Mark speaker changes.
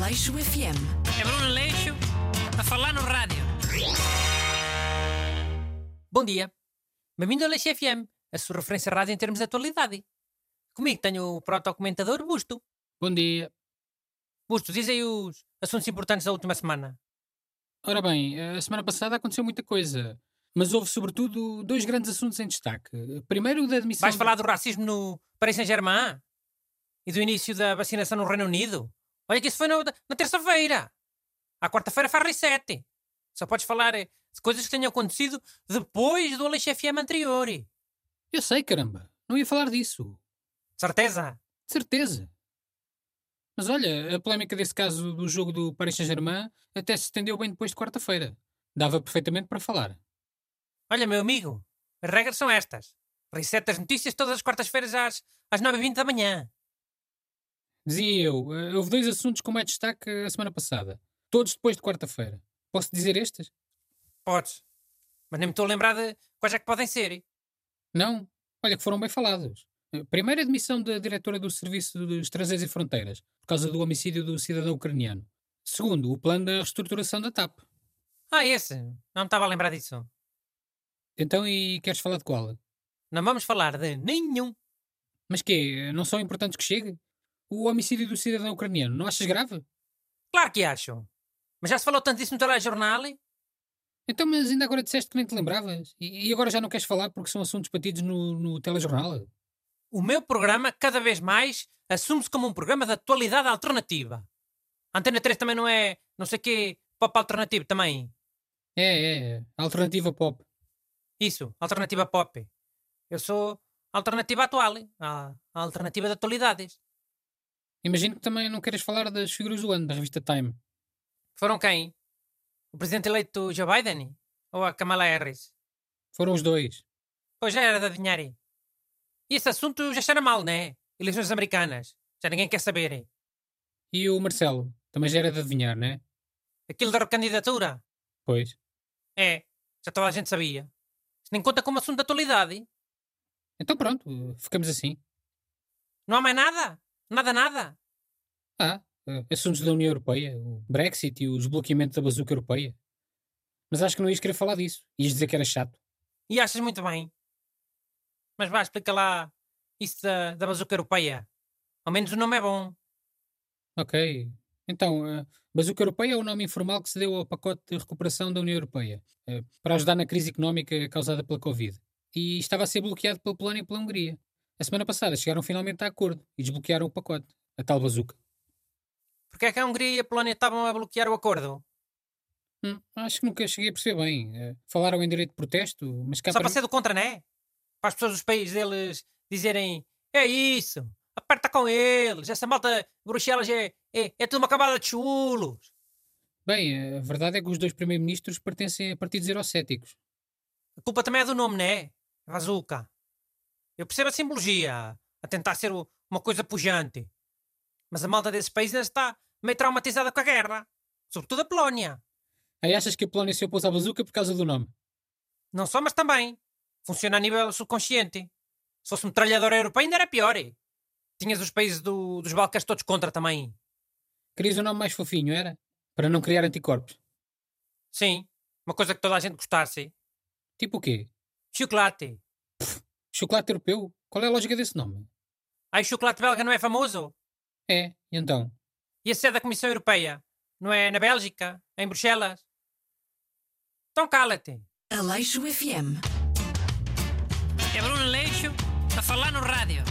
Speaker 1: Leixo FM.
Speaker 2: É Bruno Leixo a falar no rádio. Bom dia. Bem-vindo ao Leixo FM, a sua referência rádio em termos de atualidade. Comigo tenho o protocomentador Busto.
Speaker 3: Bom dia.
Speaker 2: Busto, diz aí os assuntos importantes da última semana.
Speaker 3: Ora bem, a semana passada aconteceu muita coisa, mas houve sobretudo dois grandes assuntos em destaque. Primeiro, o da admissão.
Speaker 2: Vais
Speaker 3: de-
Speaker 2: falar do racismo no Paris Saint-Germain? E do início da vacinação no Reino Unido? Olha que isso foi na, na terça-feira. À quarta-feira faz reset. Só podes falar eh, de coisas que tenham acontecido depois do Leixo FM anterior. eh.
Speaker 3: Eu sei, caramba. Não ia falar disso.
Speaker 2: Certeza?
Speaker 3: De certeza. Mas olha, a polémica desse caso do jogo do Paris Saint-Germain até se estendeu bem depois de quarta-feira. Dava perfeitamente para falar.
Speaker 2: Olha, meu amigo, as regras são estas. Reset as notícias todas as quartas-feiras às, às 9h20 da manhã.
Speaker 3: Dizia eu, eh, houve dois assuntos com mais destaque a semana passada. Todos depois de quarta-feira. Posso dizer estes?
Speaker 2: Podes. Mas nem me estou a lembrar de quais é que podem ser.
Speaker 3: Não. Olha que foram bem falados. Eh, Primeiro, a admissão da diretora do Serviço de Estrangeiros e Fronteiras, por causa do homicídio do cidadão ucraniano. Segundo, o plano da reestruturação da TAP.
Speaker 2: Ah, esse. Não me estava a lembrar disso.
Speaker 3: Então, e queres falar de qual?
Speaker 2: Não vamos falar de nenhum.
Speaker 3: Mas quê? Não são importantes que chegue? O homicídio do cidadão ucraniano, não achas grave?
Speaker 2: Claro que acham. Mas já se falou tanto disso no telejornal?
Speaker 3: Então, mas ainda agora disseste que nem te lembravas. E, e agora já não queres falar porque são assuntos batidos no, no telejornal?
Speaker 2: O meu programa, cada vez mais, assume-se como um programa de atualidade alternativa. A Antena 3 também não é, não sei quê, pop alternativo também.
Speaker 3: É, é, alternativa pop.
Speaker 2: Isso, alternativa pop. Eu sou a alternativa atual, a, a alternativa de atualidades.
Speaker 3: Imagino que também não queres falar das figuras do ano da revista Time.
Speaker 2: Foram quem? O presidente eleito Joe Biden? Ou a Kamala Harris?
Speaker 3: Foram os dois.
Speaker 2: Pois já era de adivinhar. E esse assunto já cheira mal, né? Eleições americanas. Já ninguém quer saber.
Speaker 3: E o Marcelo, também já era de adivinhar, né?
Speaker 2: Aquilo da recandidatura?
Speaker 3: Pois.
Speaker 2: É, já toda a gente sabia. Isto nem conta como assunto de atualidade.
Speaker 3: Então pronto, eh, ficamos assim.
Speaker 2: Não há mais nada? Nada, nada?
Speaker 3: Ah, eh, assuntos da União Europeia, o Brexit e o desbloqueamento da bazuca europeia. Mas acho que não ias querer falar disso. Ias dizer que era chato.
Speaker 2: E achas muito bem. Mas vá, explica lá isso da, da bazuca europeia. Ao menos o nome é bom.
Speaker 3: Ok. Então, eh, bazuca europeia é o nome informal que se deu ao pacote de recuperação da União Europeia eh, para ajudar na crise económica causada pela Covid. E estava a ser bloqueado pela Polónia e pela Hungria. A semana passada chegaram finalmente a acordo e desbloquearam o pacote, a tal bazuca.
Speaker 2: Porque é que a Hungria e a Polónia estavam a bloquear o acordo?
Speaker 3: Hum, acho que nunca cheguei a perceber bem. Eh, Falaram em direito de protesto, mas cá
Speaker 2: Só
Speaker 3: para
Speaker 2: para ser do contra, né? Para as pessoas dos países deles dizerem é isso, aperta com eles, essa malta de Bruxelas é, é, é tudo uma camada de chulos.
Speaker 3: Bem, a verdade é que os dois primeiros-ministros pertencem a partidos eurocéticos.
Speaker 2: A culpa também é do nome, né? Bazuca. Eu percebo a simbologia, a tentar ser o- uma coisa pujante. Mas a malta desses países ainda está meio traumatizada com a guerra. Sobretudo a Polónia.
Speaker 3: Aí achas que a Polónia se opôs à bazuca por causa do nome?
Speaker 2: Não só, mas também. Funciona a nível subconsciente. Se fosse um metralhadora europeia ainda era pior. eh? Tinhas os países do- dos Balcãs todos contra também.
Speaker 3: Querias um nome mais fofinho, era? Para não criar anticorpos.
Speaker 2: Sim, uma coisa que toda a gente gostasse.
Speaker 3: Tipo o quê?
Speaker 2: Chocolate.
Speaker 3: Chocolate europeu? Qual é a lógica desse nome?
Speaker 2: Ai, chocolate belga não é famoso?
Speaker 3: É, e então?
Speaker 2: E a sede da Comissão Europeia? Não é na Bélgica? Em Bruxelas? Então cala-te.
Speaker 1: Aleixo FM.
Speaker 2: É Bruno Leixo a falar no rádio.